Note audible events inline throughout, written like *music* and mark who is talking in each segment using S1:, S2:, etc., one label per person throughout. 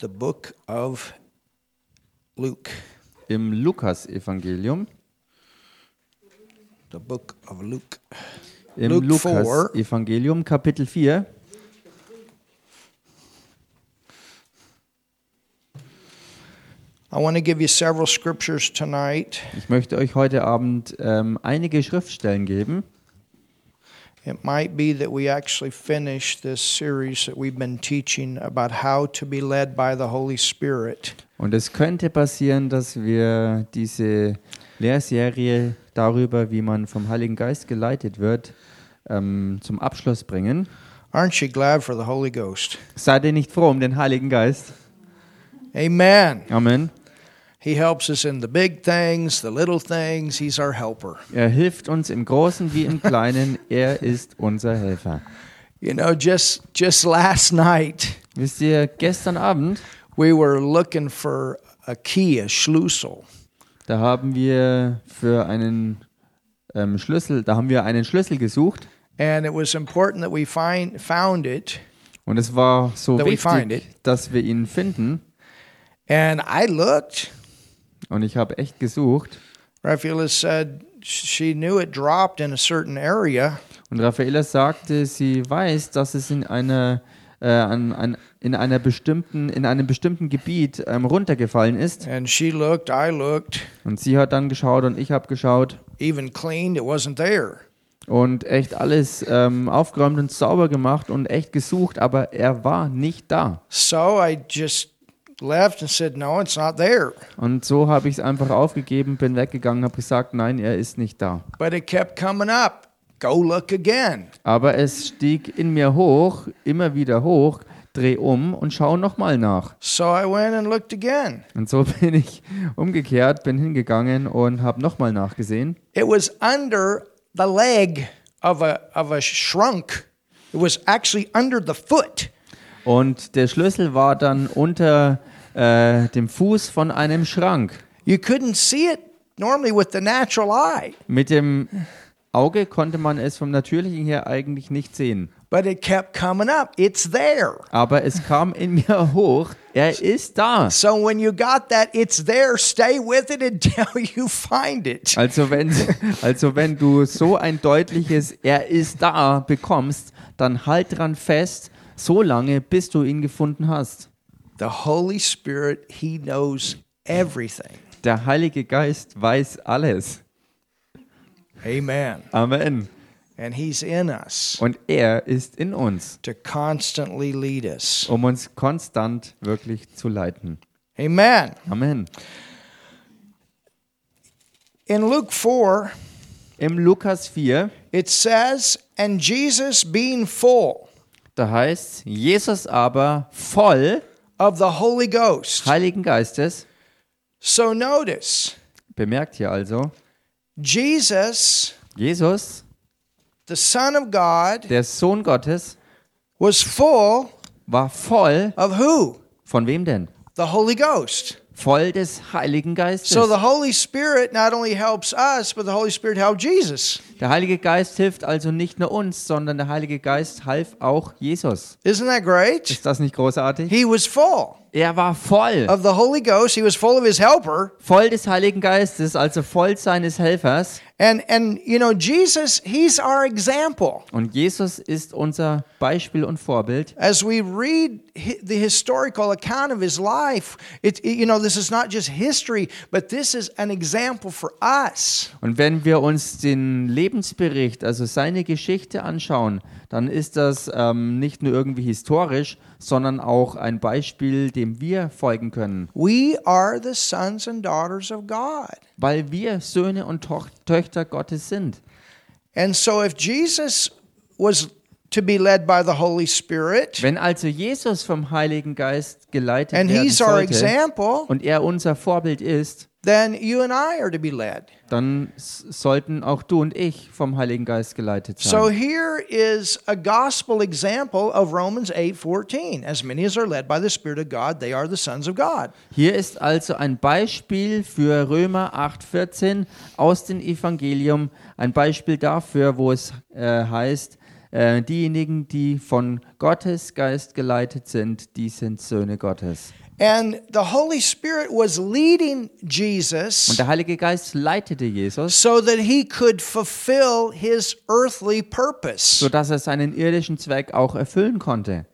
S1: the book of Luke.
S2: Im Lukas-Evangelium,
S1: The book of Luke.
S2: im
S1: Luke 4.
S2: Lukas-Evangelium, Kapitel 4,
S1: I want to give you several scriptures tonight.
S2: ich möchte euch heute Abend ähm, einige Schriftstellen geben.
S1: It might be that we actually finish this series that we've been teaching about how to be led by the Holy Spirit.
S2: Und es könnte passieren, dass wir diese Lehrserie darüber, wie man vom Heiligen Geist geleitet wird, ähm, zum Abschluss bringen.
S1: Aren't you glad for the Holy Ghost?
S2: Seid ihr nicht froh um den Heiligen Geist?
S1: Amen.
S2: Amen.
S1: He helps us in the big things, the little things. He's our helper.
S2: Er hilft uns im Großen wie im Kleinen. Er ist unser Helfer.
S1: You know, just just last *laughs* night
S2: Wisst ihr, gestern Abend,
S1: we were looking for a key, a schlussel,
S2: da haben wir für einen ähm, Schlüssel, da haben wir einen Schlüssel gesucht
S1: and it was important that we find found it.
S2: und es war so
S1: That we find
S2: wichtig, dass wir ihn finden.
S1: And I looked.
S2: Und ich habe echt gesucht.
S1: Raphaela said she knew it dropped in a certain area.
S2: Und Raffaella sagte, sie weiß, dass es in einer äh, an, an, in einer bestimmten in einem bestimmten Gebiet ähm, runtergefallen ist.
S1: And she looked, I looked,
S2: Und sie hat dann geschaut und ich habe geschaut
S1: even cleaned, it wasn't there.
S2: und echt alles ähm, aufgeräumt und sauber gemacht und echt gesucht, aber er war nicht da.
S1: So I just left and said, No, it's not there.
S2: Und so habe ich es einfach aufgegeben, bin weggegangen, habe gesagt, nein, er ist nicht da.
S1: But it kept coming up. Go look again.
S2: Aber es stieg in mir hoch, immer wieder hoch, dreh um und schau nochmal nach.
S1: So I went and looked again.
S2: Und so *laughs* bin ich umgekehrt, bin hingegangen und habe nochmal nachgesehen.
S1: It was under the leg of a of a shrunk. It was actually under the foot.
S2: Und der Schlüssel war dann unter äh, dem Fuß von einem Schrank.
S1: You couldn't see it normally with the natural eye,
S2: Mit dem Auge konnte man es vom Natürlichen her eigentlich nicht sehen.
S1: but it kept coming up. It's there.
S2: Aber es kam in mir hoch, er ist da.
S1: So when you got that, it's there. Stay with it *laughs* until you find it.
S2: Also wenn, *laughs* also wenn du so ein deutliches Er ist da bekommst, dann halt dran fest, so lange, bis du ihn gefunden hast.
S1: The Holy Spirit, He knows everything.
S2: Der Heilige Geist weiß alles.
S1: Amen.
S2: Amen.
S1: And He's in us
S2: Und er ist in uns,
S1: to constantly lead us.
S2: um uns konstant wirklich zu leiten.
S1: Amen.
S2: Amen.
S1: In Luke 4,
S2: Im Lukas 4,
S1: it says, And Jesus being full
S2: da heißt Jesus aber voll
S1: of the Holy Ghost.
S2: Heiligen Geistes.
S1: So notice,
S2: Bemerkt hier also,
S1: Jesus,
S2: Jesus,
S1: the Son of God,
S2: der Sohn Gottes,
S1: was full
S2: war voll
S1: of who?
S2: von wem denn?
S1: The Holy Ghost.
S2: Voll des Heiligen Geistes.
S1: So the Holy Spirit not only helps us, but the Holy Spirit helped Jesus.
S2: der Heilige Geist hilft also nicht nur uns, sondern der Heilige Geist half auch Jesus.
S1: Isn't that great?
S2: Ist das nicht großartig?
S1: He was full
S2: Er war voll,
S1: of the Holy Ghost. He was full of his helper.
S2: voll des Heiligen Geistes, also voll seines Helfers.
S1: And and you know, Jesus, he's our example.
S2: Und Jesus ist unser Beispiel und Vorbild.
S1: As we read hi- the historical account of his life, it, it- you know, this is not just history, but this is an example for us.
S2: Und wenn wir uns den Lebensbericht, also seine Geschichte anschauen, dann ist das ähm, nicht nur irgendwie historisch, sondern auch ein Beispiel, dem wir folgen können,
S1: We are the sons and daughters of God.
S2: weil wir Söhne und Toch Töchter Gottes sind.
S1: And so if Jesus was to be led by the Holy Spirit,
S2: Wenn also Jesus vom Heiligen Geist geleitet
S1: and
S2: werden
S1: he's our
S2: sollte
S1: example,
S2: und er unser Vorbild ist,
S1: then you and I are to be led.
S2: dann s- sollten auch du und ich vom Heiligen Geist geleitet sein.
S1: So here is a gospel example of Romans 8:14. As many as are led by the Spirit of God, they are the sons of God.
S2: Hier ist also ein Beispiel für Römer 8,14 aus dem Evangelium, ein Beispiel dafür, wo es äh, heißt, äh, diejenigen, die von Gottes Geist geleitet sind, die sind Söhne Gottes.
S1: And the Holy Spirit was leading
S2: Und
S1: Jesus
S2: der Heilige Geist leitete Jesus,
S1: so that he could fulfill his earthly purpose.
S2: sodass er seinen irdischen Zweck auch erfüllen konnte.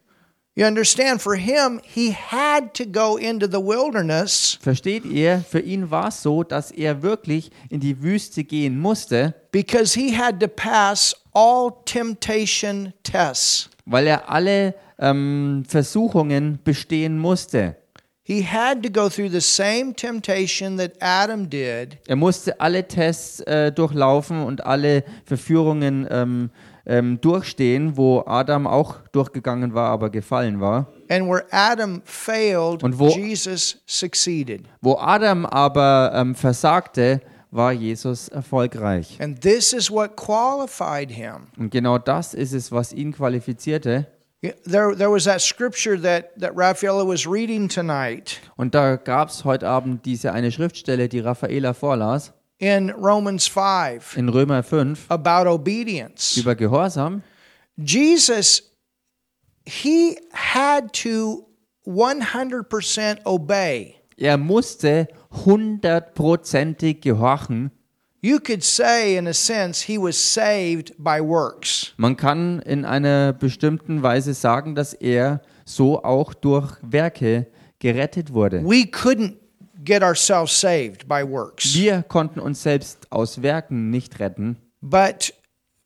S1: You understand, for him, he had to go into the wilderness
S2: Versteht ihr, für ihn war es so, dass er wirklich in die Wüste gehen musste,
S1: because he had to pass all temptation tests.
S2: weil er alle ähm, Versuchungen bestehen musste.
S1: He had to go through the same temptation that Adam did
S2: Er musste alle Tests äh, durchlaufen und alle Verführungen ähm, ähm, durchstehen, wo Adam auch durchgegangen war, aber gefallen war.
S1: And where Adam failed,
S2: Und wo-
S1: Jesus succeeded.
S2: Wo Adam aber ähm, versagte, war Jesus erfolgreich.
S1: And this is what qualified him.
S2: Und genau das ist es, was ihn qualifizierte.
S1: There, there was that scripture that, that Raffaella was reading tonight
S2: Und da gab es heute Abend diese eine Schriftstelle, die Raffaela vorlas,
S1: in Romans 5
S2: in Römer 5,
S1: about obedience.
S2: über Gehorsam.
S1: Jesus, he had to 100% obey.
S2: Er musste hundertprozentig gehorchen.
S1: You could say, in a sense, he was saved by works.
S2: Man kann in einer bestimmten Weise sagen, dass er so auch durch Werke gerettet wurde.
S1: We couldn't get ourselves saved by works.
S2: Wir konnten uns selbst aus Werken nicht retten,
S1: But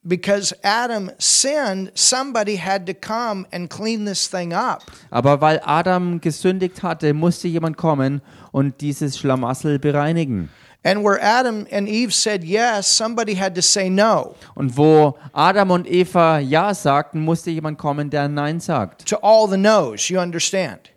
S1: because Adam sinned, somebody had to come and clean this thing up.
S2: aber weil Adam gesündigt hatte, musste jemand kommen und dieses Schlamassel bereinigen.
S1: And where Adam and Eve said yes, somebody had to say no
S2: Und wo Adam und Eva Ja sagten, musste jemand kommen, der Nein sagt.
S1: to all the no's, you understand.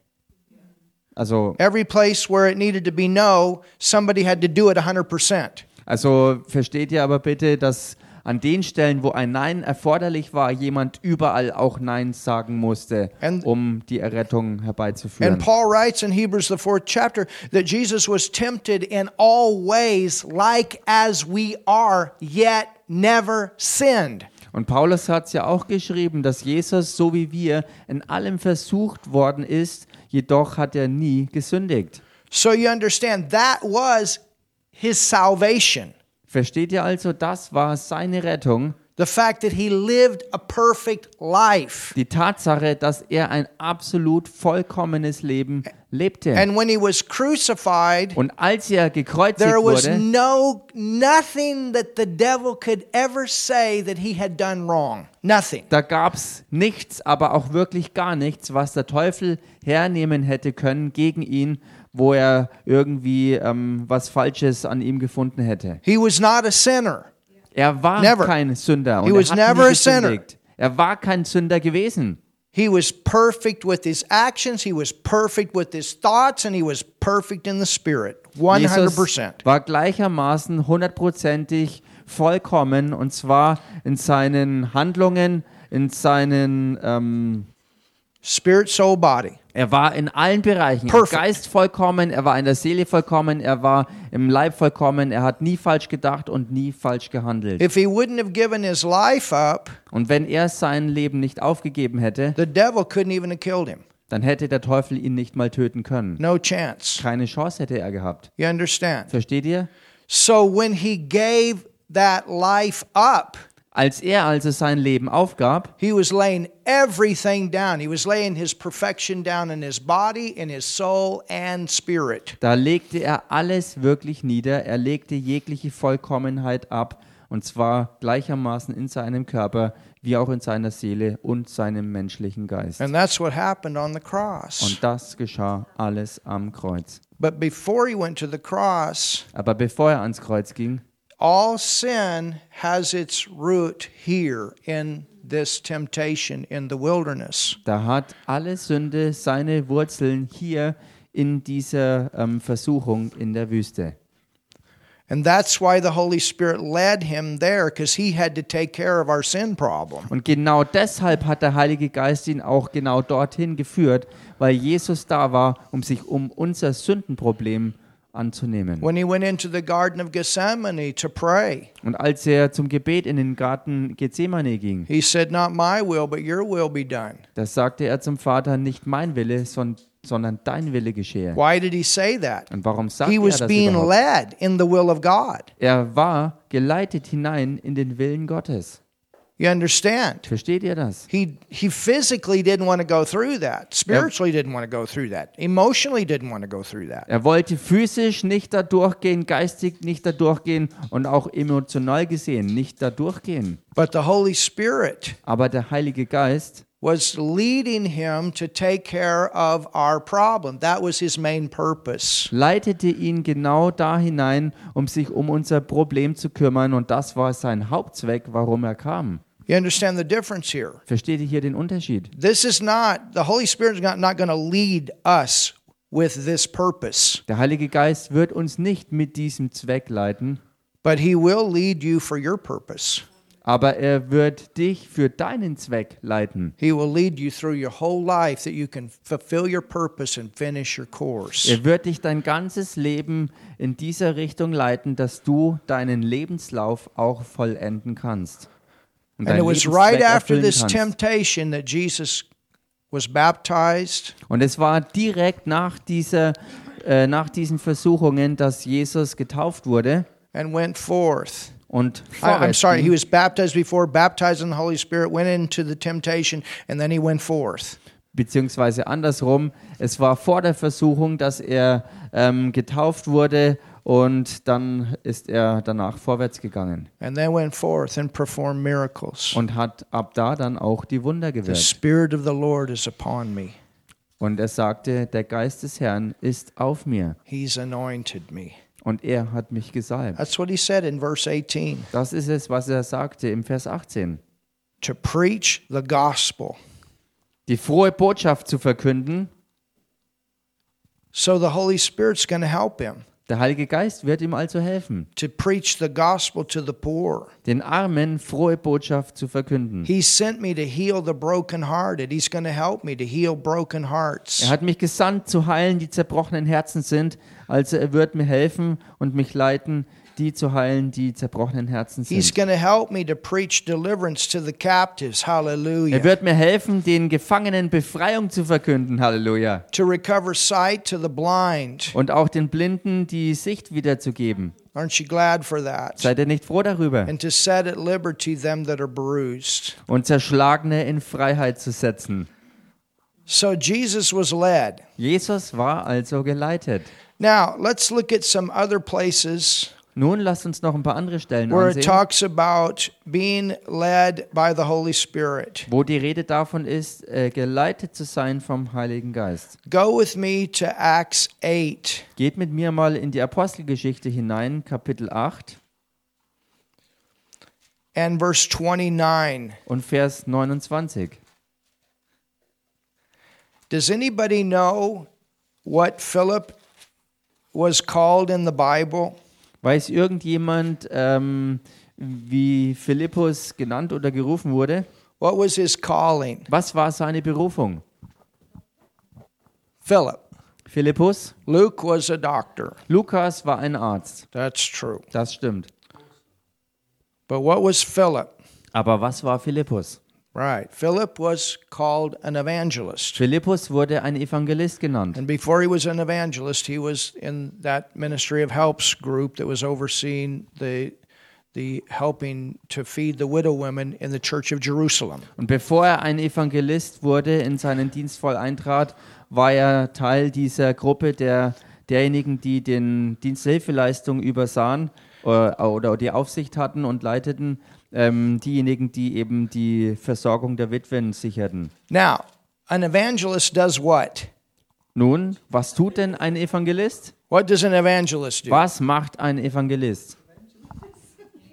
S2: Also,
S1: Every place where it needed to be no, somebody had to do it 100%.
S2: also versteht ihr aber bitte, dass an den Stellen, wo ein Nein erforderlich war, jemand überall auch Nein sagen musste,
S1: And-
S2: um die Errettung
S1: And
S2: herbeizuführen.
S1: Paul writes in Hebrews, the fourth chapter, that Jesus was tempted in all ways, like as we are, yet never sinned.
S2: Und Paulus hat es ja auch geschrieben, dass Jesus, so wie wir, in allem versucht worden ist, jedoch hat er nie gesündigt.
S1: So you understand that was his salvation.
S2: Versteht ihr also, das war seine Rettung.
S1: The fact that he lived a perfect life.
S2: die Tatsache, dass er ein absolut vollkommenes Leben lebte.
S1: And when he was crucified,
S2: Und als er gekreuzigt
S1: there was
S2: wurde,
S1: no nothing that the devil could ever say that he had done wrong. Nothing.
S2: da gab es nichts, aber auch wirklich gar nichts, was der Teufel hernehmen hätte können gegen ihn, wo er irgendwie ähm, was Falsches an ihm gefunden hätte.
S1: He was not a sinner.
S2: Er war
S1: Never.
S2: kein Sünder und
S1: He
S2: er
S1: was
S2: hat
S1: never
S2: nie
S1: a sinner.
S2: gesündigt. Er war kein Sünder gewesen.
S1: He was perfect with his actions, he was perfect with his thoughts, and he was perfect in the spirit. 100%.
S2: Jesus war gleichermaßen hundertprozentig vollkommen und zwar in seinen Handlungen, in seinen, ähm,
S1: Spirit, soul, body.
S2: er war in allen Bereichen,
S1: Perfect.
S2: im Geist vollkommen, er war in der Seele vollkommen, er war im Leib vollkommen, er hat nie falsch gedacht und nie falsch gehandelt.
S1: If he wouldn't have given his life up,
S2: Und wenn er sein Leben nicht aufgegeben hätte,
S1: the devil couldn't even have killed him.
S2: dann hätte der Teufel ihn nicht mal töten können.
S1: No chance.
S2: Keine Chance hätte er gehabt.
S1: You understand?
S2: Versteht ihr?
S1: So when he gave that life up,
S2: Als er also sein Leben aufgab,
S1: he was laying everything down. He was laying his perfection down in his body, in his soul, and spirit.
S2: Da legte er alles wirklich nieder, er legte jegliche Vollkommenheit ab, und zwar gleichermaßen in seinem Körper wie auch in seiner Seele und seinem menschlichen Geist.
S1: And that's what happened on the cross.
S2: Und das geschah alles am Kreuz.
S1: But before he went to the cross,
S2: Aber bevor er ans Kreuz ging,
S1: all sin has its root here in this temptation in the wilderness.
S2: da hat alle Sünde seine Wurzeln hier in dieser ähm, Versuchung in der Wüste.
S1: And that's why the Holy Spirit led him there, because he had to take care of our sin problem.
S2: Und genau deshalb hat der Heilige Geist ihn auch genau dorthin geführt, weil Jesus da war, um sich um unser Sündenproblem anzunehmen.
S1: when he went into the Garden of Gethsemane to pray.
S2: Und als er zum Gebet in den Garten Gethsemane ging,
S1: He said, Not my will, but your will be done.
S2: da sagte er zum Vater, nicht mein Wille, son- sondern dein Wille geschehe.
S1: Why did he say that?
S2: Und warum sagte
S1: He
S2: er
S1: was
S2: das
S1: being
S2: überhaupt?
S1: led in the will of God.
S2: Er war geleitet hinein in den Willen Gottes.
S1: You understand?
S2: Versteht ihr das?
S1: He, he physically didn't want to go through that. Spiritually didn't want to go through that. Emotionally didn't want to go through that.
S2: Er wollte physisch nicht da durchgehen, geistig nicht da durchgehen und auch emotional gesehen nicht da durchgehen.
S1: But the Holy Spirit
S2: Aber der Heilige Geist
S1: was leading him to take care of our problem. That was his main purpose.
S2: leitete ihn genau da hinein, um sich um unser Problem zu kümmern und das war sein Hauptzweck, warum er kam.
S1: You understand the difference here?
S2: Versteht ihr hier den Unterschied?
S1: This is not, the Holy Spirit is not, not going to lead us with this purpose.
S2: Der Heilige Geist wird uns nicht mit diesem Zweck leiten,
S1: But he will lead you for your purpose.
S2: aber er wird dich für deinen Zweck leiten.
S1: He will lead you through your whole life that you can fulfill your purpose and finish your course.
S2: Er wird dich dein ganzes Leben in dieser Richtung leiten, dass du deinen Lebenslauf auch vollenden kannst. Und
S1: And it
S2: deinen
S1: was
S2: Lebenszweck
S1: right after
S2: erfüllen
S1: this
S2: kannst.
S1: temptation that Jesus was baptized
S2: Und es war direkt nach, dieser, äh, nach diesen Versuchungen, dass Jesus getauft wurde
S1: and went forth.
S2: und
S1: I, am
S2: vorwärts
S1: sorry, he
S2: ging.
S1: was baptized before, baptized in the Holy Spirit, went into the temptation, and then he went forth.
S2: beziehungsweise andersrum, es war vor der Versuchung, dass er ähm, getauft wurde und dann ist er danach vorwärts gegangen
S1: And then went forth and performed miracles.
S2: und hat ab da dann auch die Wunder
S1: The
S2: gewirkt.
S1: Spirit of the Lord is upon me,
S2: Und er sagte, der Geist des Herrn ist auf mir
S1: He's anointed me.
S2: und er hat mich gesalbt.
S1: That's what he said in verse 18.
S2: Das ist es, was er sagte im Vers 18.
S1: to preach the gospel.
S2: Die frohe Botschaft zu verkünden,
S1: So the Holy Spirit's going to help him
S2: der Heilige Geist wird ihm also helfen,
S1: to preach the gospel to the poor.
S2: den Armen frohe Botschaft zu verkünden.
S1: He sent me to heal the brokenhearted. He's going to help me to heal broken
S2: Er
S1: hearts.
S2: hat mich gesandt, zu heilen, die zerbrochenen Herzen sind. Also er wird mir helfen und mich leiten, die zu heilen, die zerbrochenen Herzen
S1: He's
S2: sind.
S1: going to help me to preach deliverance to the captives.
S2: Er
S1: Hallelujah.
S2: wird mir helfen, den Gefangenen Befreiung zu verkünden. Halleluja.
S1: To recover sight to the blind.
S2: Und auch den Blinden die Sicht wiederzugeben.
S1: Aren't you glad for that?
S2: Seid ihr nicht froh darüber?
S1: And to set at liberty them that are bruised.
S2: Und Zerschlagene in Freiheit zu setzen.
S1: So Jesus was led.
S2: Jesus war also geleitet.
S1: Now, let's look at some other places
S2: Nun lasst uns noch ein paar andere Stellen
S1: where it
S2: ansehen,
S1: talks about being led by the Holy Spirit.
S2: wo die Rede davon ist, äh, geleitet zu sein vom Heiligen Geist.
S1: Go with me to Acts 8.
S2: Geht mit mir mal in die Apostelgeschichte hinein, Kapitel 8
S1: And verse 29.
S2: und Vers 29.
S1: Does anybody know what Philip was called in the Bible?
S2: Weiß irgendjemand, ähm, wie Philippus genannt oder gerufen wurde?
S1: What was his calling?
S2: Was war seine Berufung?
S1: Philip.
S2: Philippus?
S1: Luke was a doctor.
S2: Lukas war ein Arzt.
S1: That's true.
S2: Das stimmt.
S1: But what was Philip?
S2: Aber was war Philippus?
S1: Right. Philip was called an evangelist.
S2: Philippus wurde ein Evangelist genannt.
S1: And before he was an evangelist, he was in that Ministry of Helps group that was overseeing the the helping to feed the widow women in the Church of Jerusalem.
S2: Und bevor er ein Evangelist wurde, in seinen Dienst voll eintrat, war er Teil dieser Gruppe der, derjenigen, die den Dienst der Hilfeleistung übersahen äh, oder die Aufsicht hatten und leiteten, ähm, diejenigen, die eben die Versorgung der Witwen sicherten.
S1: Now, an evangelist does what?
S2: Nun, was tut denn ein Evangelist?
S1: What does an evangelist do?
S2: Was macht ein Evangelist?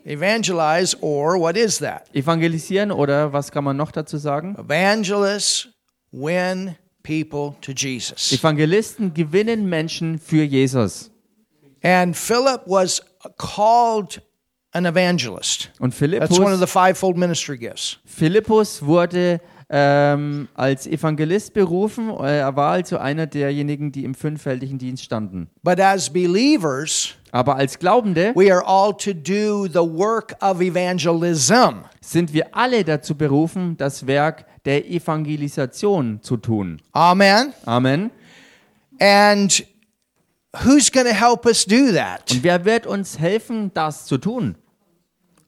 S1: Evangelize or what is that?
S2: Evangelisieren oder was kann man noch dazu sagen?
S1: Evangelists win people to Jesus.
S2: Evangelisten gewinnen Menschen für Jesus.
S1: And Philip was called an evangelist.
S2: Und
S1: That's one of
S2: Philippus
S1: the fivefold ministry gifts.
S2: Philippus wurde ähm, als Evangelist berufen. Er war also einer derjenigen, die im fünffältigen Dienst standen.
S1: But as believers,
S2: Aber als Glaubende
S1: we are all to do the work of evangelism.
S2: sind wir alle dazu berufen, das Werk der Evangelisation zu tun.
S1: Amen.
S2: Amen.
S1: And who's going to help us do that?
S2: Und wer wird uns helfen, das zu tun?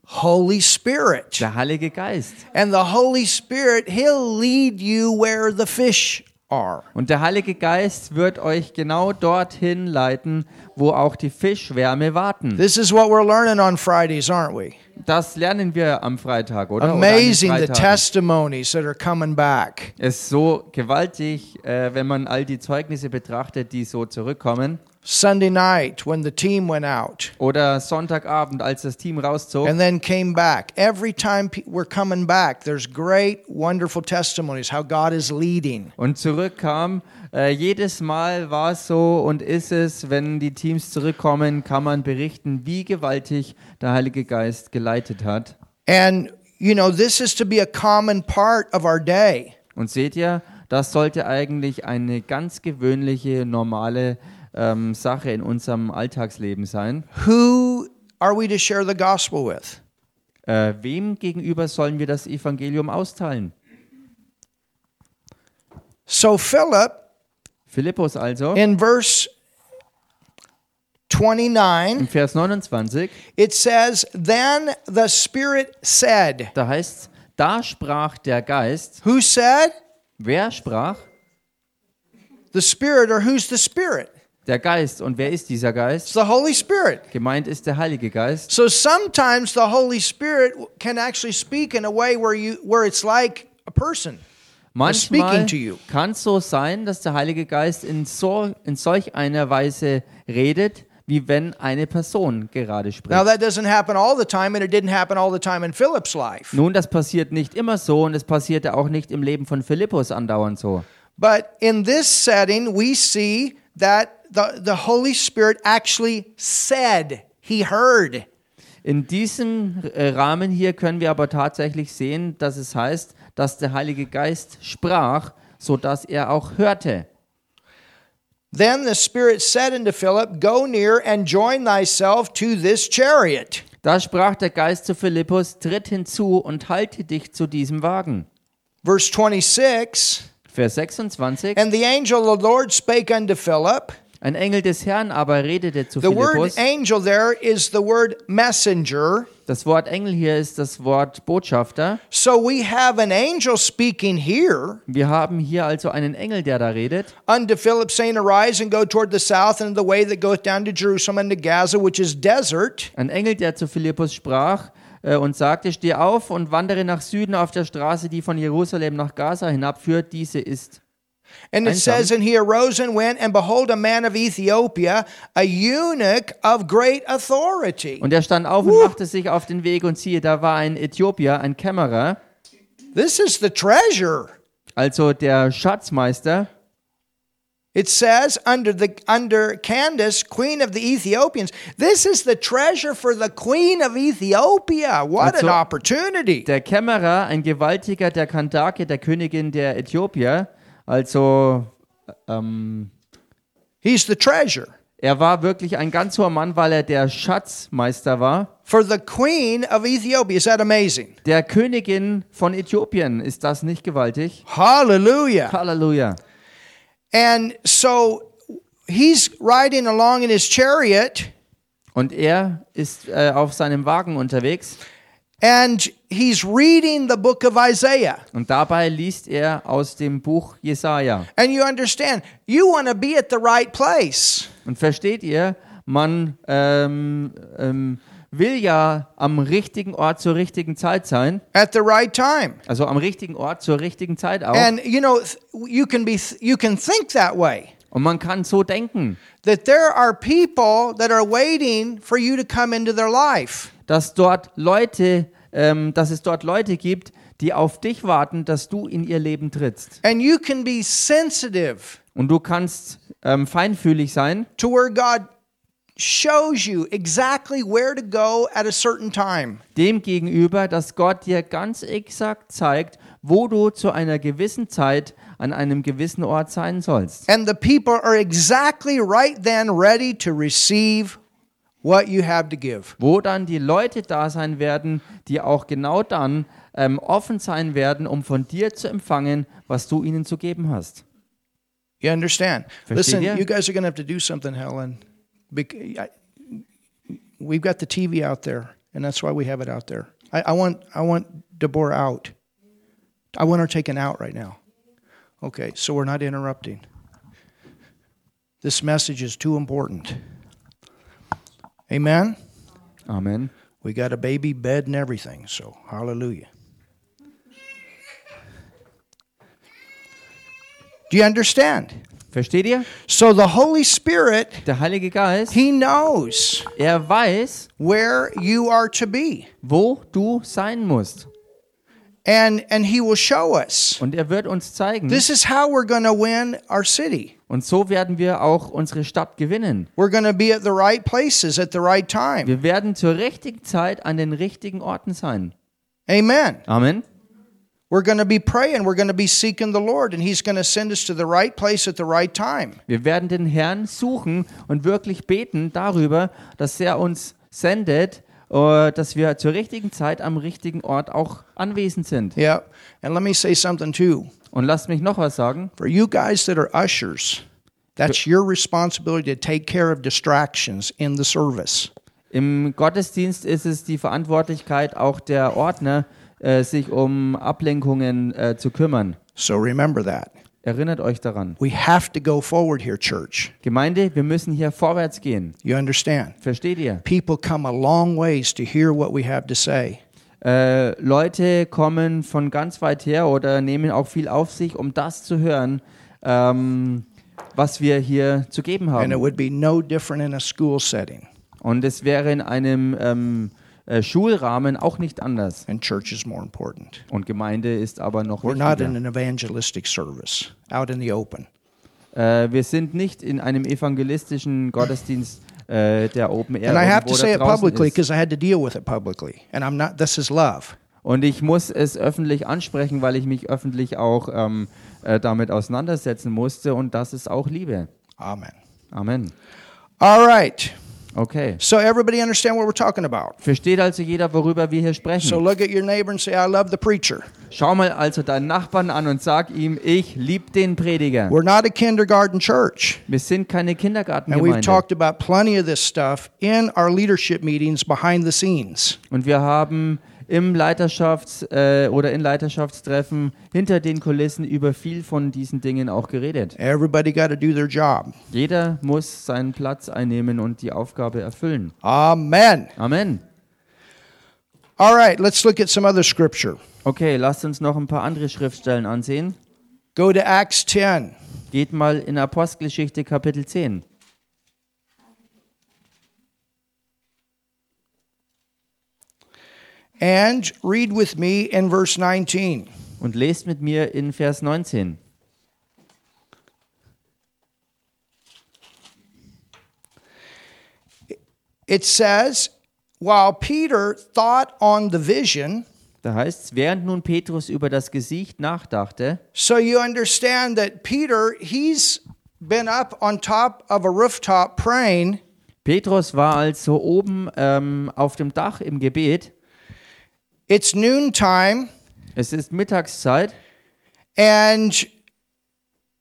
S1: Holy Spirit.
S2: Der Heilige Geist.
S1: And the Holy Spirit, He'll lead you where the fish are.
S2: Und der Heilige Geist wird euch genau dorthin leiten, wo auch die Fischwärme warten.
S1: This is what we're learning on Fridays, aren't we?
S2: Das lernen wir am Freitag, oder? Oder an den
S1: Amazing the
S2: Freitagen.
S1: testimonies that are coming back.
S2: Es ist so gewaltig, äh, wenn man all die Zeugnisse betrachtet, die so zurückkommen.
S1: Sunday night when the team went out
S2: Oder Sonntagabend, als das Team rauszog.
S1: and then came back. Every time pe- we're coming back, there's great, wonderful testimonies how God is leading.
S2: und zurückkam. Äh, jedes Mal war es so und ist es, wenn die Teams zurückkommen, kann man berichten, wie gewaltig der Heilige Geist geleitet hat.
S1: And, you know, this is to be a common part of our day.
S2: Und seht ihr, das sollte eigentlich eine ganz gewöhnliche, normale ähm, Sache in unserem Alltagsleben sein.
S1: Who are we to share the gospel with?
S2: Äh, wem gegenüber sollen wir das Evangelium austeilen?
S1: So, Philip
S2: Philippus also,
S1: in verse 29,
S2: im Vers 29,
S1: it says, Then the Spirit said,
S2: da heißt da sprach der Geist.
S1: Who said?
S2: Wer sprach?
S1: The Spirit, or who's the Spirit?
S2: Der Geist. Und wer ist dieser Geist?
S1: It's the Holy Spirit.
S2: Gemeint ist der Heilige Geist.
S1: So sometimes the Holy Spirit can actually speak in a way where you where it's like a person.
S2: Manchmal
S1: speaking to you.
S2: kann es so sein, dass der Heilige Geist in, so, in solch einer Weise redet, wie wenn eine Person gerade
S1: Now
S2: spricht.
S1: that doesn't happen all the time, and it didn't happen all the time in Philip's life.
S2: Nun, das passiert nicht immer so und es passierte auch nicht im Leben von Philippus andauernd so.
S1: But in this setting, we see that the, the Holy Spirit actually said, He heard.
S2: In diesem äh, Rahmen hier können wir aber tatsächlich sehen, dass es heißt, dass der Heilige Geist sprach, sodass er auch hörte.
S1: Then the Spirit said unto Philip, Go near and join thyself to this chariot.
S2: Da sprach der Geist zu Philippus, tritt hinzu und halte dich zu diesem Wagen.
S1: Verse 26
S2: Vers 26.
S1: And the angel of the Lord spake unto Philip.
S2: Ein Engel des Herrn aber redete zu
S1: The word
S2: Philippus.
S1: angel there is the word messenger.
S2: Das Wort Engel hier ist das Wort Botschafter.
S1: So we have an angel speaking here
S2: Wir haben hier also einen Engel, der da redet.
S1: unto Philip, saying, Arise and go toward the south and the way that goeth down to Jerusalem and to Gaza, which is desert.
S2: Ein Engel, der zu Philippus sprach äh, und sagte, steh auf und wandere nach Süden auf der Straße, die von Jerusalem nach Gaza hinabführt. Diese ist.
S1: And it
S2: Einsam.
S1: says, And he arose and went, and behold, a man of Ethiopia, a eunuch of great authority.
S2: Und er stand auf und machte sich auf den Weg und siehe, da war ein Äthiopier, ein Kämmerer,
S1: This is the treasure.
S2: also der Schatzmeister,
S1: It says under the under Candace, queen of the Ethiopians. This is the treasure for the queen of Ethiopia. What
S2: That's
S1: an
S2: all-
S1: opportunity.
S2: Der Kämmerer, ein Gewaltiger der Kandake, der Königin der Äthiopier. Also, ähm,
S1: He's the treasure
S2: er war wirklich ein ganz hoher Mann, weil er der Schatzmeister war.
S1: for the queen of Ethiopia. Is that amazing?
S2: Der Königin von Äthiopien. Ist das nicht gewaltig?
S1: Hallelujah.
S2: Halleluja.
S1: And so he's riding along in his chariot
S2: Und er ist äh, auf seinem Wagen unterwegs
S1: and he's reading the book of Isaiah.
S2: und dabei liest er aus dem Buch Jesaja.
S1: And you understand, you want to be at the right place.
S2: Und versteht ihr, man ähm, ähm, will ja am richtigen Ort zur richtigen Zeit sein.
S1: At the right time.
S2: Also am richtigen Ort zur richtigen Zeit auch.
S1: And you know, th- you can be th- you can think that way.
S2: Und man kann so denken,
S1: that there are people that are waiting for you to come into their life.
S2: dass dort Leute, ähm, dass es dort Leute gibt, die auf dich warten, dass du in ihr Leben trittst.
S1: And you can be sensitive
S2: Und du kannst ähm, feinfühlig sein
S1: to where God shows you exactly where to go at a certain time.
S2: Demgegenüber, dass Gott dir ganz exakt zeigt, wo du zu einer gewissen Zeit an einem gewissen Ort sein sollst.
S1: And the people are exactly right then ready to receive what you have to give.
S2: Wo dann die Leute da sein werden, die auch genau dann ähm, offen sein werden, um von dir zu empfangen, was du ihnen zu geben hast.
S1: You understand? Listen,
S2: ihr?
S1: you guys are going to have to do something, Helen. Bec- I- We've got the TV out there, and that's why we have it out there. I, I want, I want Deborah out. I want her taken out right now. Okay, so we're not interrupting. This message is too important. Amen.
S2: Amen.
S1: We got a baby bed and everything, so hallelujah. Do you understand?
S2: Versteht ihr?
S1: So the Holy Spirit,
S2: Der Heilige Geist,
S1: He knows
S2: er weiß,
S1: where you are to be.
S2: wo du sein musst.
S1: And and He will show us.
S2: Und er wird uns zeigen.
S1: This is how we're gonna win our city.
S2: Und so werden wir auch unsere Stadt gewinnen.
S1: We're gonna be at the right places at the right time.
S2: Wir werden zur richtigen Zeit an den richtigen Orten sein.
S1: Amen.
S2: Amen.
S1: We're gonna be praying, we're gonna be seeking the Lord, and He's gonna send us to the right place at the right time.
S2: Wir werden den Herrn suchen und wirklich beten darüber, dass er uns sendet, äh, dass wir zur richtigen Zeit am richtigen Ort auch anwesend sind.
S1: Yeah. And let me say something too.
S2: Und lasst mich noch was sagen.
S1: For you guys that are ushers, that's your responsibility to take care of distractions in the service.
S2: Im Gottesdienst ist es die Verantwortlichkeit auch der Ordner, äh, sich um Ablenkungen äh, zu kümmern.
S1: So remember that.
S2: Erinnert euch daran.
S1: We have to go forward here, church.
S2: Gemeinde, wir müssen hier vorwärts gehen.
S1: You understand?
S2: Versteht ihr?
S1: People come a long ways to hear what we have to say.
S2: Äh, Leute kommen von ganz weit her oder nehmen auch viel auf sich, um das zu hören, ähm, was wir hier zu geben
S1: And it
S2: haben.
S1: would be no different in a school setting.
S2: Und es wäre in einem ähm, äh, Schulrahmen auch nicht anders.
S1: And church is more important.
S2: Und Gemeinde ist aber noch
S1: We're not in
S2: wichtiger.
S1: an evangelistic service out in the open.
S2: Äh, wir sind nicht in einem evangelistischen Gottesdienst äh, der Open Air.
S1: And I have to
S2: irgendwo da
S1: say it
S2: draußen
S1: publicly
S2: ist.
S1: because I had to deal with it publicly. And I'm not, this is love.
S2: Und ich muss es öffentlich ansprechen, weil ich mich öffentlich auch ähm, äh, damit auseinandersetzen musste. Und das ist auch Liebe.
S1: Amen.
S2: Amen.
S1: All right.
S2: Okay.
S1: So everybody understand what we're talking about.
S2: Versteht also jeder, worüber wir hier
S1: So
S2: sprechen.
S1: look at your neighbor and say, I love the preacher.
S2: Schau mal also deinen Nachbarn an und sag ihm, ich lieb den Prediger.
S1: We're not a kindergarten church.
S2: Wir sind keine
S1: And we've
S2: Kindergartengemeinde.
S1: talked about plenty of this stuff in our leadership meetings behind the scenes.
S2: Und wir haben im Leiterschafts- äh, oder in Leiterschaftstreffen hinter den Kulissen über viel von diesen Dingen auch geredet.
S1: Everybody got to do their job.
S2: Jeder muss seinen Platz einnehmen und die Aufgabe erfüllen.
S1: Amen.
S2: Amen.
S1: All right, let's look at some other scripture.
S2: Okay, lasst uns noch ein paar andere Schriftstellen ansehen.
S1: Go to Acts 10.
S2: Geht mal in Apostelgeschichte Kapitel 10.
S1: And read with me in verse 19.
S2: Und lest mit mir in Vers 19.
S1: It says, While Peter thought on the vision,
S2: Da heißt es, während nun Petrus über das Gesicht nachdachte,
S1: So you understand that Peter, he's been up on top of a rooftop praying,
S2: Petrus war also oben ähm, auf dem Dach im Gebet.
S1: it's noontime,
S2: Es ist Mittagszeit
S1: and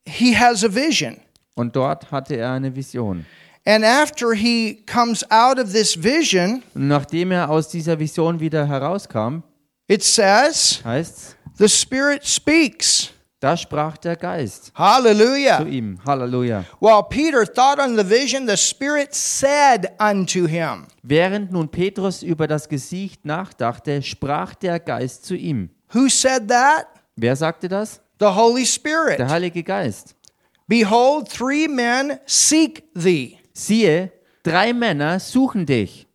S1: he has a vision.
S2: und dort hatte er eine Vision.
S1: And after he comes out of this vision,
S2: Und nachdem er aus dieser Vision wieder herauskam,
S1: it says,
S2: heißt es,
S1: the Spirit speaks.
S2: da sprach der Geist zu
S1: Hallelujah.
S2: ihm. Halleluja.
S1: While Peter thought on the vision, the Spirit said unto him,
S2: Während nun Petrus über das Gesicht nachdachte, sprach der Geist zu ihm.
S1: Who said that?
S2: Wer sagte das?
S1: The Holy
S2: Der
S1: Spirit.
S2: Heilige Geist.
S1: Behold, three men seek thee.
S2: Siehe, drei Männer suchen dich.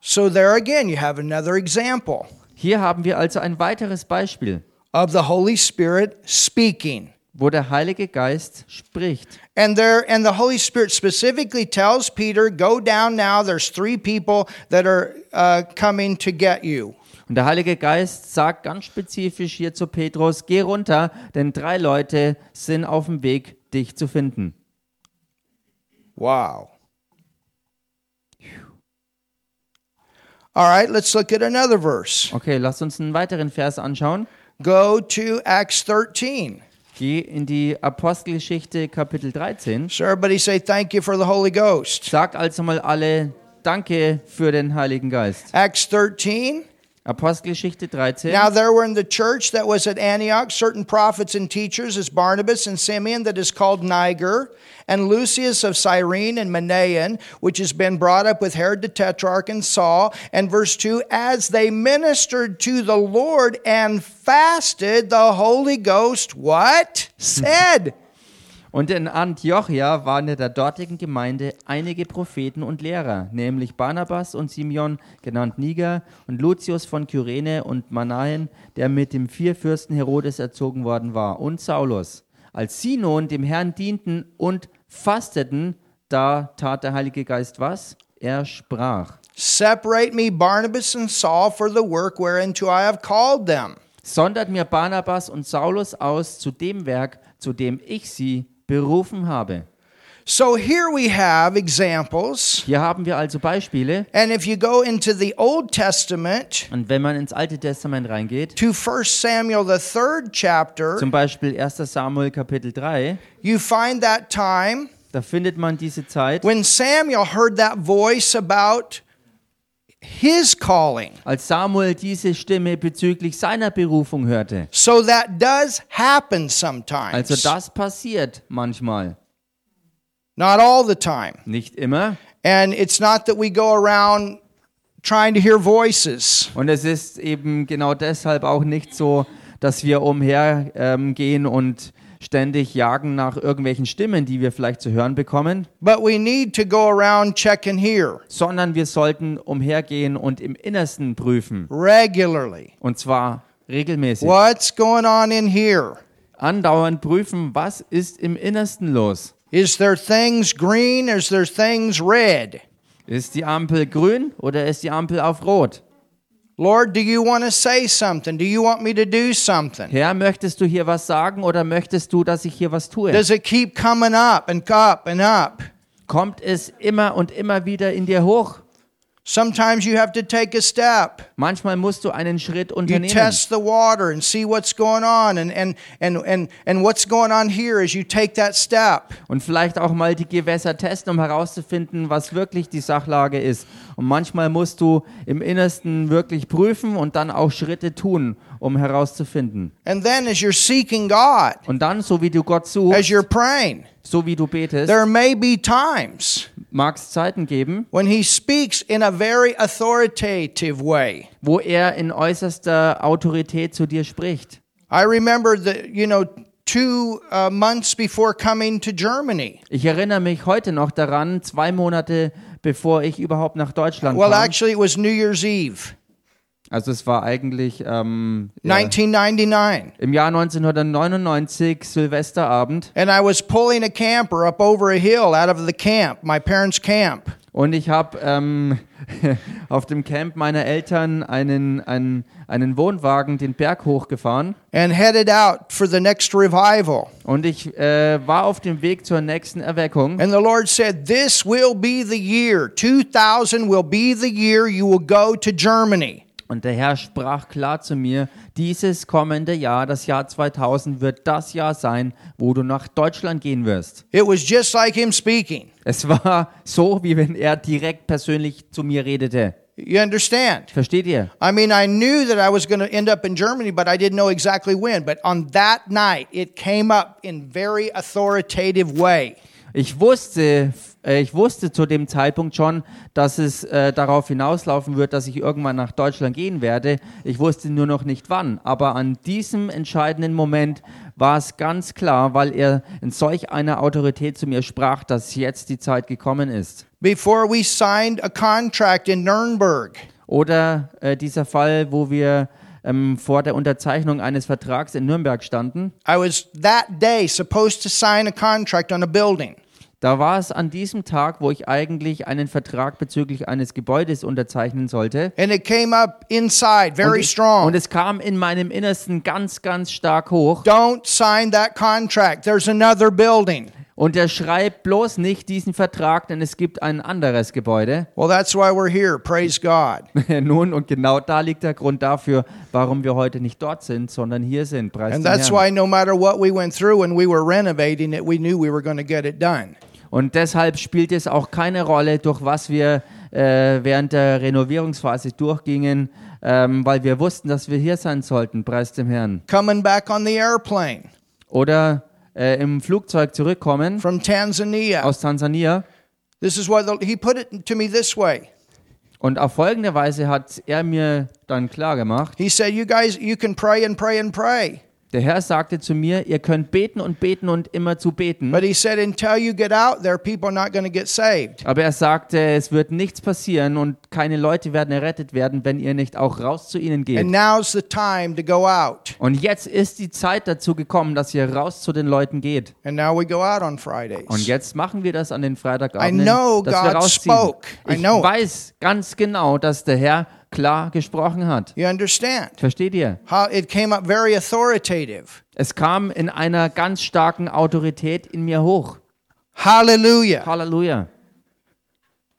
S1: So there again, you have another example
S2: Hier haben wir also ein weiteres Beispiel
S1: of the Holy Spirit speaking.
S2: wo der Heilige Geist spricht.
S1: And there and the Holy Spirit specifically tells Peter, "Go down now. There's three people that are uh, coming to get you."
S2: Und der Heilige Geist sagt ganz spezifisch hier zu Petrus, geh runter, denn drei Leute sind auf dem Weg, dich zu finden.
S1: Wow. All right, let's look at another verse.
S2: Okay, lasst uns einen weiteren Vers anschauen.
S1: Go to Acts 13.
S2: Geh in die Apostelgeschichte Kapitel 13.
S1: So everybody say thank you for the Holy Ghost.
S2: Sagt also mal alle Danke für den Heiligen Geist.
S1: Acts 13.
S2: Apostelgeschichte 13.
S1: Now there were in the church that was at Antioch certain prophets and teachers, as Barnabas and Simeon, that is called Niger, and Lucius of Cyrene and Manaen, which has been brought up with Herod the Tetrarch and Saul. And verse 2 As they ministered to the Lord and fasted, the Holy Ghost, what? Said.
S2: Und in Antiochia waren in der dortigen Gemeinde einige Propheten und Lehrer, nämlich Barnabas und Simeon, genannt Niger, und Lucius von Kyrene und Manaen, der mit dem Vierfürsten Herodes erzogen worden war, und Saulus. Als sie nun dem Herrn dienten und fasteten, da tat der Heilige Geist was? Er sprach.
S1: Separate me, Barnabas and Saul, for the work whereunto I have called them.
S2: Sondert mir Barnabas und Saulus aus zu dem Werk, zu dem ich sie berufen habe.
S1: So here we have examples.
S2: Hier haben wir also Beispiele.
S1: And if you go into the Old Testament,
S2: Und wenn man ins Alte Testament reingeht,
S1: to 1 Samuel, the third chapter,
S2: zum Beispiel 1. Samuel Kapitel 3,
S1: you find that time
S2: da findet man diese Zeit,
S1: when Samuel heard that voice about his calling.
S2: als Samuel diese Stimme bezüglich seiner Berufung hörte.
S1: So that does happen
S2: Also
S1: sometimes,
S2: das passiert manchmal,
S1: not all the time.
S2: nicht immer.
S1: And it's not that we go around trying to hear voices.
S2: Und es ist eben genau deshalb auch nicht so, dass wir umhergehen ähm, gehen und ständig jagen nach irgendwelchen Stimmen, die wir vielleicht zu hören bekommen,
S1: But we need to go around check and hear
S2: sondern wir sollten umhergehen und im Innersten prüfen.
S1: regularly.
S2: Und zwar regelmäßig.
S1: What's going on in here?
S2: andauernd prüfen, was ist im Innersten los.
S1: Is there things green? Is there things red?
S2: Ist die Ampel grün oder ist die Ampel auf rot?
S1: Lord, do you want to say something? Do you want me to do something?
S2: Herr, möchtest du hier was sagen oder möchtest du, dass ich hier was tue?
S1: Does it keep coming up and up and up?
S2: Kommt es immer und immer wieder in dir hoch?
S1: Sometimes you have to take a step.
S2: Manchmal musst du einen Schritt
S1: You
S2: unternehmen.
S1: test the water and see what's going on and, and, and, and, and what's going on here as you take that step.
S2: Und vielleicht auch mal die Gewässer testen, um herauszufinden, was wirklich die Sachlage ist. Und manchmal musst du im Innersten wirklich prüfen und dann auch Schritte tun, um herauszufinden.
S1: And then as you're seeking God,
S2: Und dann, so wie du Gott
S1: as
S2: suchst,
S1: you're praying,
S2: so wie du betest,
S1: there may be times
S2: mag es Zeiten geben,
S1: when He speaks in a very authoritative way.
S2: wo er in äußerster Autorität zu dir spricht.
S1: I remember the, you know, two uh, months before coming to Germany.
S2: Ich erinnere mich heute noch daran, zwei Monate bevor ich überhaupt nach Deutschland
S1: Well,
S2: kam.
S1: actually, it was New Year's Eve,
S2: Also es war eigentlich ähm, ja,
S1: 1999.
S2: im Jahr 1999, Silvesterabend.
S1: And I was pulling a camper up over a hill out of the camp, my parents' camp.
S2: Und ich habe ähm, *laughs* auf dem Camp meiner Eltern einen, einen, einen Wohnwagen den Berg hochgefahren.
S1: And headed out for the next revival.
S2: Und ich äh, war auf dem Weg zur nächsten Erweckung.
S1: And the Lord said, This will be the year. 2000 will be the year you will go to Germany.
S2: Und der Herr sprach klar zu mir, dieses kommende Jahr, das Jahr 2000, wird das Jahr sein, wo du nach Deutschland gehen wirst.
S1: It was just like Him speaking.
S2: Es war *laughs* so, wie wenn er direkt persönlich zu mir redete.
S1: You understand?
S2: Versteht ihr?
S1: I mean, I knew that I was going to end up in Germany, but I didn't know exactly when. But on that night, it came up in very authoritative way.
S2: Ich wusste, äh, ich wusste zu dem Zeitpunkt schon, dass es äh, darauf hinauslaufen wird, dass ich irgendwann nach Deutschland gehen werde. Ich wusste nur noch nicht wann. Aber an diesem entscheidenden Moment war es ganz klar, weil er in solch einer Autorität zu mir sprach, dass jetzt die Zeit gekommen ist.
S1: Before we signed a contract in Nuremberg,
S2: Oder äh, dieser Fall, wo wir ähm, vor der Unterzeichnung eines Vertrags in Nürnberg standen.
S1: I was that day supposed to sign a contract on a building.
S2: Da war es an diesem Tag, wo ich eigentlich einen Vertrag bezüglich eines Gebäudes unterzeichnen sollte.
S1: And it came up inside very
S2: und, ich-
S1: strong.
S2: und es kam in meinem Innersten ganz, ganz stark hoch.
S1: Don't sign that contract. There's another building.
S2: Und er schreibt bloß nicht diesen Vertrag, denn es gibt ein anderes Gebäude. *laughs*
S1: Well, that's why we're here. Praise God.
S2: Nun, und genau da liegt der Grund dafür, warum wir heute nicht dort sind, sondern hier sind. Preis
S1: And
S2: dem
S1: that's
S2: Herrn.
S1: why no matter what we went through when we were renovating it, we knew we were going to get it done.
S2: Und deshalb spielt es auch keine Rolle, durch was wir äh, während der Renovierungsphase durchgingen, ähm, weil wir wussten, dass wir hier sein sollten, preis dem Herrn.
S1: Coming back on the airplane
S2: Oder äh, im Flugzeug zurückkommen
S1: from Tanzania.
S2: aus Tansania.
S1: This is what the, he put it to me this way.
S2: Und auf folgende Weise hat er mir dann klar gemacht,
S1: He said, "You guys, you can pray and pray and pray."
S2: der Herr sagte zu mir, ihr könnt beten und beten und immer zu beten.
S1: But he said, "Until you get out there, people are not going to get saved."
S2: Aber er sagte, es wird nichts passieren und keine Leute werden errettet werden, wenn ihr nicht auch raus zu ihnen
S1: And
S2: geht.
S1: now's the time to go out.
S2: Und jetzt ist die Zeit dazu gekommen, dass ihr raus zu den Leuten geht.
S1: And now we go out on Fridays.
S2: Und jetzt machen wir das an den
S1: I
S2: Freitagabenden,
S1: know
S2: dass wir
S1: God
S2: rausziehen.
S1: spoke. I
S2: Ich
S1: know.
S2: weiß ganz genau, dass der Herr klar gesprochen hat.
S1: You understand?
S2: Versteht ihr?
S1: How it came up very authoritative.
S2: Es kam in einer ganz starken Autorität in mir hoch.
S1: Hallelujah.
S2: Halleluja.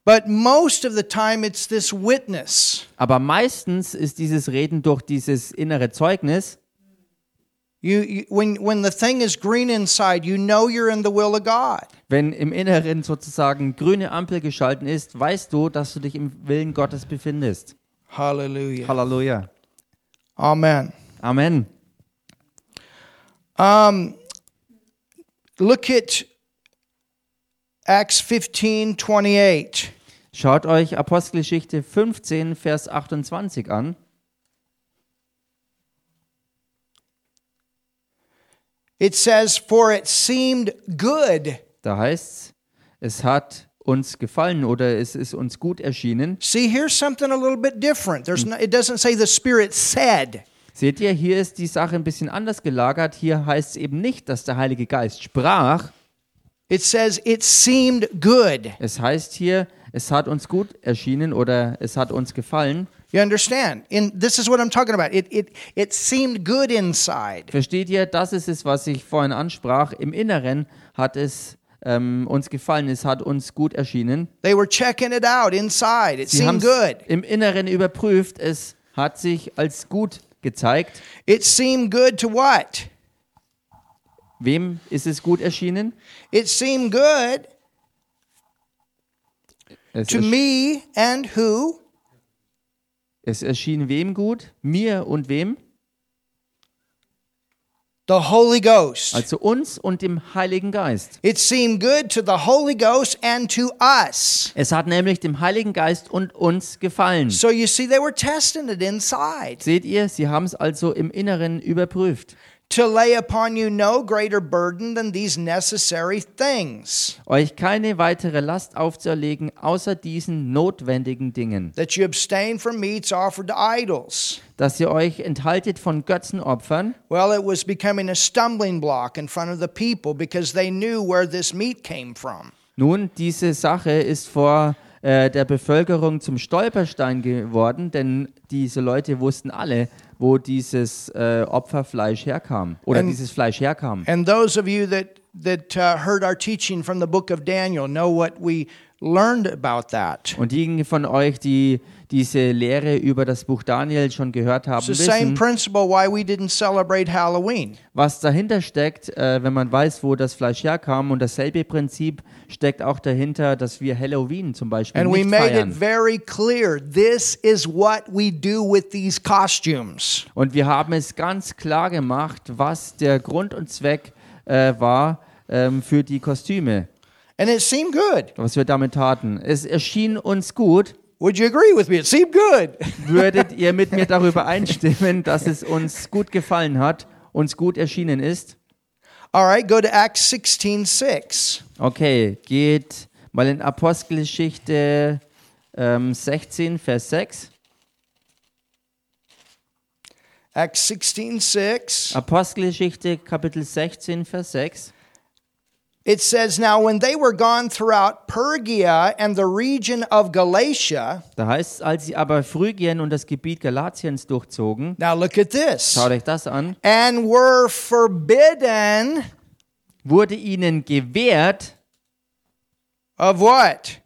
S1: But most of the time it's this witness.
S2: Aber meistens ist dieses Reden durch dieses innere Zeugnis.
S1: You, you when when the thing is green inside, you know you're in the will of God.
S2: Wenn im Inneren sozusagen grüne Ampel geschalten ist, weißt du, dass du dich im Willen Gottes befindest.
S1: Hallelujah.
S2: Halleluja.
S1: Amen.
S2: Amen.
S1: Um, look at Acts 15, 28.
S2: Schaut euch Apostelgeschichte 15, Vers 28 an.
S1: It says, For it seemed good.
S2: Da heißt's, es hat uns gefallen oder es ist uns gut erschienen.
S1: See, here's something a little bit different. There's no, it doesn't say the Spirit said.
S2: Seht ihr, hier ist die Sache ein bisschen anders gelagert. Hier heißt es eben nicht, dass der Heilige Geist sprach.
S1: It says it seemed good.
S2: Es heißt hier, es hat uns gut erschienen oder es hat uns gefallen.
S1: You understand? In, this is what I'm talking about. It, it, it seemed good inside.
S2: Versteht ihr, das ist es, was ich vorhin ansprach. Im Inneren hat es ähm, uns gefallen, es hat uns gut erschienen.
S1: They were checking it out inside. It
S2: Sie haben
S1: seemed good.
S2: im Inneren überprüft, es hat sich als gut gezeigt.
S1: It seemed good to what?
S2: Wem ist es gut erschienen?
S1: It seemed good
S2: Es,
S1: to
S2: ersch-
S1: me and who?
S2: es erschien wem gut? Mir und wem?
S1: The Holy Ghost.
S2: Also uns und dem Heiligen Geist.
S1: It seemed good to the Holy Ghost and to us.
S2: Es hat nämlich dem Heiligen Geist und uns gefallen.
S1: So you see, they were testing it inside.
S2: Seht ihr, sie haben es also im Inneren überprüft.
S1: To lay upon you no greater burden than these necessary things.
S2: euch keine weitere Last aufzuerlegen, außer diesen notwendigen Dingen,
S1: that you abstain from meats offered to idols.
S2: dass ihr euch enthaltet von Götzenopfern.
S1: Well, it was becoming a stumbling block in front of the people because they knew where this meat came from.
S2: Nun, diese Sache ist vor äh, der Bevölkerung zum Stolperstein geworden, denn diese Leute wussten alle, wo dieses äh, Opferfleisch herkam oder
S1: Ähm,
S2: dieses Fleisch herkam.
S1: And those of you that that uh, heard our teaching from the book of Daniel know what we learned about that.
S2: Und diejenigen von euch, die diese Lehre über das Buch Daniel schon gehört haben,
S1: It's the same
S2: wissen,
S1: principle why we didn't celebrate Halloween.
S2: was dahinter steckt, äh, wenn man weiß, wo das Fleisch herkam. Und dasselbe Prinzip steckt auch dahinter, dass wir Halloween zum Beispiel
S1: And we
S2: nicht
S1: made it
S2: feiern.
S1: very clear this is what we do with these costumes.
S2: Und wir haben es ganz klar gemacht, was der Grund und Zweck äh, war ähm, für die Kostüme,
S1: And it seemed good.
S2: was wir damit taten. Es erschien uns gut.
S1: Would you agree with me? It seemed good. *laughs*
S2: Würdet ihr mit mir darüber einstimmen, dass es uns gut gefallen hat, uns gut erschienen ist?
S1: All right, go to Acts 16 6.
S2: Okay, geht mal in Apostelgeschichte ähm, 16, Vers 6.
S1: Acts 16 6.
S2: Apostelgeschichte, Kapitel 16, Vers 6.
S1: It says, Now when they were gone throughout Pergia and the region of Galatia,
S2: Da heißt es, als sie aber Phrygien und das Gebiet Galatiens durchzogen,
S1: now look at this,
S2: schaut euch das an,
S1: and were forbidden
S2: wurde ihnen gewährt,
S1: of what?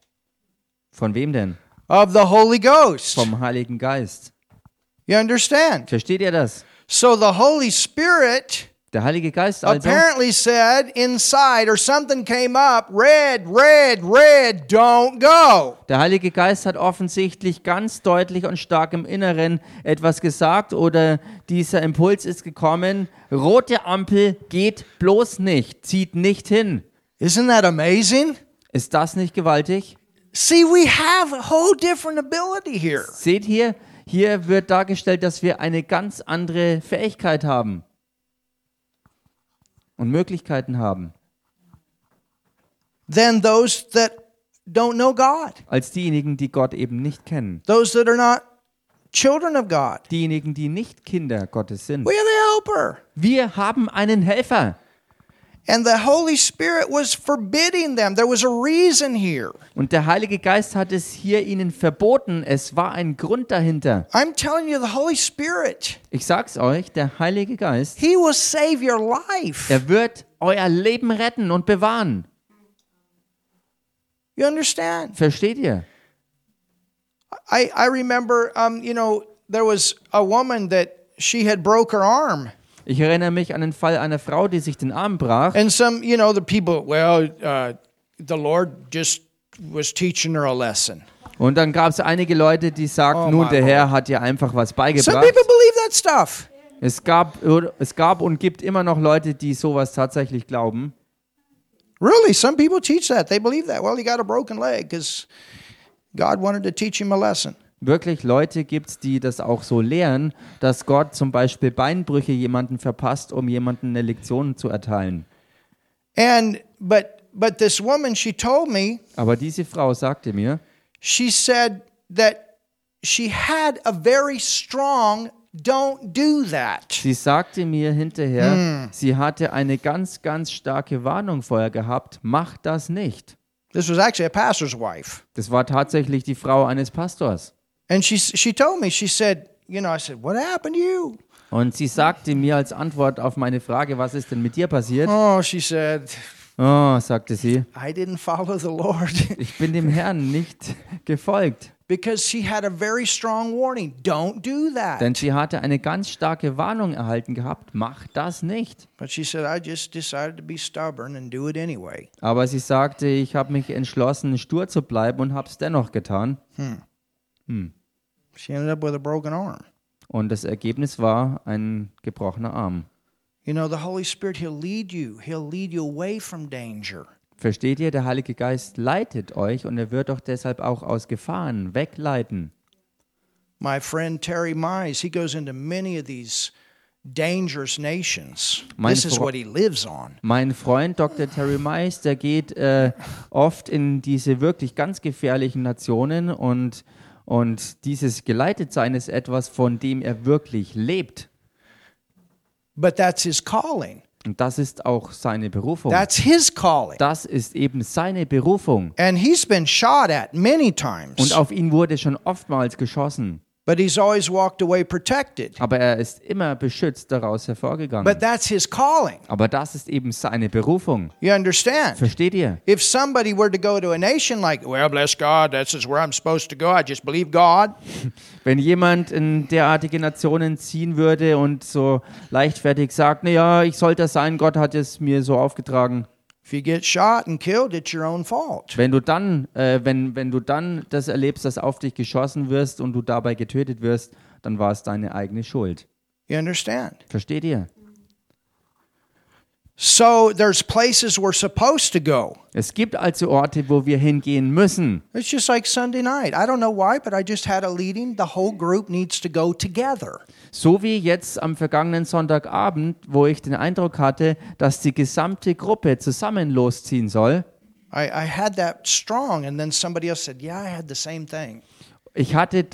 S2: von wem denn?
S1: Of the Holy Ghost.
S2: Vom Heiligen Geist.
S1: You understand?
S2: Versteht ihr das?
S1: So the Holy Spirit
S2: Der Heilige Geist also
S1: apparently said inside, or something came up, red, red, red, don't go.
S2: Der Heilige Geist hat offensichtlich ganz deutlich und stark im Inneren etwas gesagt oder dieser Impuls ist gekommen, rote Ampel geht bloß nicht, zieht nicht hin.
S1: Isn't that amazing?
S2: Ist das nicht gewaltig?
S1: See, we have a whole different ability here.
S2: Seht hier, hier wird dargestellt, dass wir eine ganz andere Fähigkeit haben und Möglichkeiten haben
S1: than those that don't know God,
S2: als diejenigen, die Gott eben nicht kennen.
S1: those that are not children of God.
S2: Diejenigen, die nicht Kinder Gottes sind.
S1: We have a helper.
S2: Wir haben einen Helfer.
S1: And the Holy Spirit was forbidding them. There was a reason here.
S2: Und der Heilige Geist hat es hier ihnen verboten. Es war ein Grund dahinter.
S1: I'm telling you, the Holy Spirit,
S2: Ich sag's euch, der Heilige Geist,
S1: He will save your life.
S2: er wird euer Leben retten und bewahren.
S1: You understand?
S2: Versteht ihr?
S1: I, I remember, um, you know, there was a woman that she had broke her arm.
S2: Ich erinnere mich an den Fall einer Frau, die sich den Arm brach.
S1: And some, you know, the people, well, uh, the Lord just was teaching her a lesson.
S2: Und dann gab's einige Leute, die sagten,
S1: Oh
S2: nun,
S1: my
S2: der Herr hat ihr einfach was
S1: Some
S2: beigebracht.
S1: people believe that stuff.
S2: Es gab, es gab und gibt immer noch Leute, die sowas tatsächlich glauben.
S1: Really, some people teach that. They believe that. Well, he got a broken leg because God wanted to teach him a lesson.
S2: wirklich Leute gibt, die das auch so lehren, dass Gott zum Beispiel Beinbrüche jemanden verpasst, um jemanden eine Lektion zu erteilen.
S1: And but but this woman, she told me,
S2: Aber diese Frau sagte mir,
S1: she said that she had a very strong don't do that.
S2: sie sagte mir hinterher, sie hatte eine ganz, ganz starke Warnung vorher gehabt, mach das nicht.
S1: This was actually a pastor's wife.
S2: Das war tatsächlich die Frau eines Pastors.
S1: And she she told me, she said, you know, I said, What happened to you?
S2: Und sie sagte mir als Antwort auf meine Frage, was ist denn mit dir passiert?
S1: Oh, she said,
S2: Oh, sagte sie,
S1: I didn't follow the Lord. *laughs*
S2: ich bin dem Herrn nicht *laughs* gefolgt.
S1: because she had a very strong warning. Don't do that.
S2: Denn sie hatte eine ganz starke Warnung erhalten gehabt, mach das nicht.
S1: But she said, I just decided to be stubborn and do it anyway.
S2: Aber sie sagte, ich habe mich entschlossen, stur zu bleiben und habe es dennoch getan.
S1: She ended up with a broken arm.
S2: Und das Ergebnis war ein gebrochener Arm.
S1: You know, the Holy Spirit, He'll lead you, He'll lead you away from danger.
S2: Versteht ihr, der Heilige Geist leitet euch und er wird euch deshalb auch aus Gefahren wegleiten.
S1: My friend Terry Mize, he goes into many of these dangerous nations.
S2: Meine
S1: this is
S2: Frau-
S1: what he lives on.
S2: Mein Freund Dr. Terry Mice, der geht äh, oft in diese wirklich ganz gefährlichen Nationen und, und dieses Geleitetsein ist etwas, von dem er wirklich lebt.
S1: But that's his calling.
S2: Und das ist auch seine Berufung.
S1: That's his calling.
S2: Das ist eben seine Berufung.
S1: And he's been shot at many
S2: Und
S1: times,
S2: auf ihn wurde schon oftmals geschossen.
S1: but he's always walked away protected.
S2: Aber er ist immer beschützt daraus hervorgegangen.
S1: But that's his calling.
S2: Aber das ist eben seine Berufung.
S1: You understand?
S2: Versteht ihr?
S1: If somebody were to go to a nation like, well, bless God, this is where I'm supposed to go. I just believe God.
S2: Wenn jemand in derartige Nationen ziehen würde und so leichtfertig sagt, naja, ich soll das sein, Gott hat es mir so aufgetragen.
S1: If you get shot and killed, it's your own fault.
S2: Wenn du dann, äh, wenn, wenn du dann das erlebst, dass auf dich geschossen wirst und du dabei getötet wirst, dann war es deine eigene Schuld.
S1: You understand?
S2: Versteht ihr?
S1: So there's places we're supposed to go.
S2: Es gibt also Orte, wo wir hingehen müssen.
S1: It's just like Sunday night. I don't know why, but I just had a leading. The whole group needs to go together.
S2: So wie jetzt am vergangenen Sonntagabend, wo ich den Eindruck hatte, dass die gesamte Gruppe zusammen losziehen soll.
S1: I, I had that strong, and then somebody else said, Yeah, I had the same thing.
S2: Ich hatte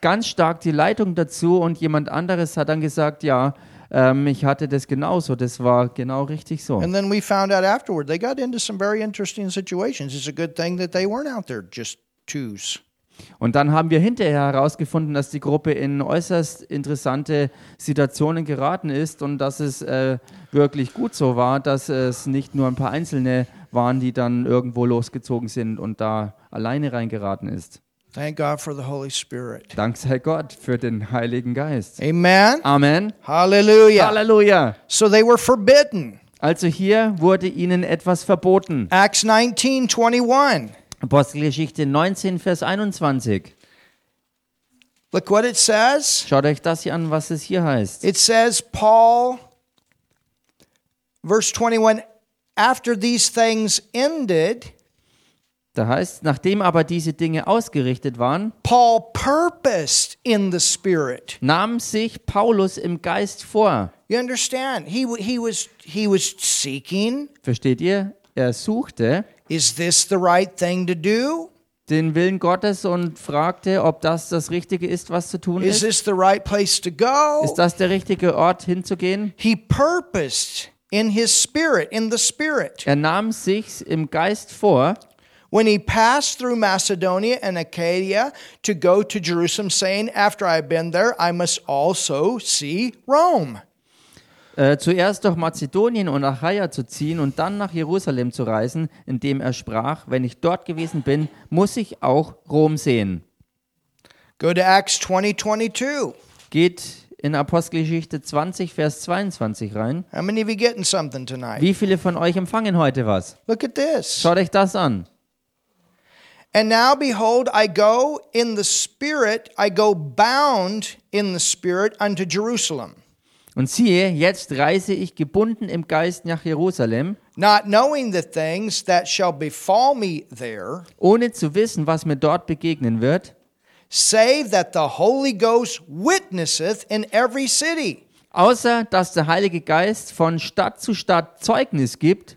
S2: ganz stark die Leitung dazu und jemand anderes hat dann gesagt, ja, ähm, ich hatte das genauso, das war genau richtig so.
S1: And then we found out afterward they got into some very interesting situations. It's a good thing that they weren't out there just twos.
S2: Und dann haben wir hinterher herausgefunden, dass die Gruppe in äußerst interessante Situationen geraten ist und dass es äh, wirklich gut so war, dass es nicht nur ein paar Einzelne waren, die dann irgendwo losgezogen sind und da alleine reingeraten ist.
S1: Thank God for the Holy Spirit.
S2: Dank sei Gott für den Heiligen Geist.
S1: Amen.
S2: Amen.
S1: Hallelujah.
S2: Halleluja.
S1: So they were forbidden.
S2: Also hier wurde ihnen etwas verboten.
S1: Acts 19 21.
S2: Apostelgeschichte 19, Vers 21.
S1: Look what it says.
S2: Schaut euch das hier an, was es hier heißt.
S1: It says, Paul, verse 21, after these things ended,
S2: Da heißt, nachdem aber diese Dinge ausgerichtet waren,
S1: Paul purposed in the Spirit.
S2: nahm sich Paulus im Geist vor.
S1: You understand? He, w- he, was, he was seeking,
S2: Versteht ihr? Er suchte
S1: is this the right thing to do?
S2: den Willen Gottes und fragte, ob das das Richtige ist, was zu tun
S1: Is
S2: ist.
S1: this the right place to go?
S2: Ist das der richtige Ort hinzugehen?
S1: He purposed in his spirit, in the spirit.
S2: Er nahm sich's im Geist vor,
S1: When he passed through Macedonia and Achaia to go to Jerusalem, saying, After I have been there, I must also see Rome.
S2: äh, zuerst durch Mazedonien und Achaia zu ziehen und dann nach Jerusalem zu reisen, indem er sprach, wenn ich dort gewesen bin, muss ich auch Rom sehen.
S1: Go to Acts 20 22.
S2: Geht in Apostelgeschichte 20, Vers 22 rein.
S1: How many of you getting something tonight?
S2: Wie viele von euch empfangen heute was?
S1: Look at this.
S2: Schaut euch das an.
S1: And now behold, I go in the spirit, I go bound in the spirit unto Jerusalem,
S2: Und siehe, jetzt reise ich gebunden im Geist nach Jerusalem,
S1: not knowing the things that shall befall me there,
S2: ohne zu wissen, was mir dort begegnen wird,
S1: save that the Holy Ghost witnesseth in every city.
S2: außer dass der Heilige Geist von Stadt zu Stadt Zeugnis gibt.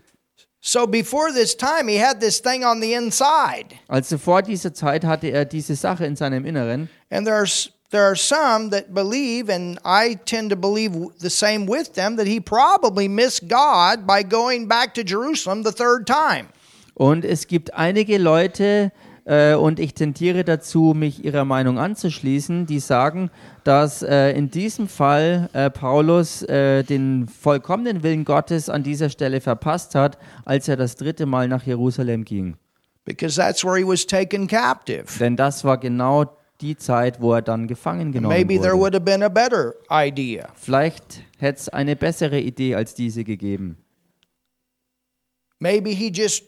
S1: So before this time, he had this thing on the inside.
S2: Also vor dieser Zeit hatte er diese Sache in seinem Inneren.
S1: And there's there are some that believe, and I tend to believe w- the same with them, that he probably missed God by going back to Jerusalem the third time.
S2: Und es gibt einige Leute, äh, und ich tendiere dazu, mich ihrer Meinung anzuschließen, die sagen, dass äh, in diesem Fall äh, Paulus äh, den vollkommenen Willen Gottes an dieser Stelle verpasst hat, als er das dritte Mal nach Jerusalem ging.
S1: Because that's where he was taken captive.
S2: Denn das war genau die Zeit, wo er dann gefangen genommen
S1: Maybe there
S2: wurde.
S1: would have been a better idea.
S2: Vielleicht hätte es eine bessere Idee als diese gegeben.
S1: Maybe he just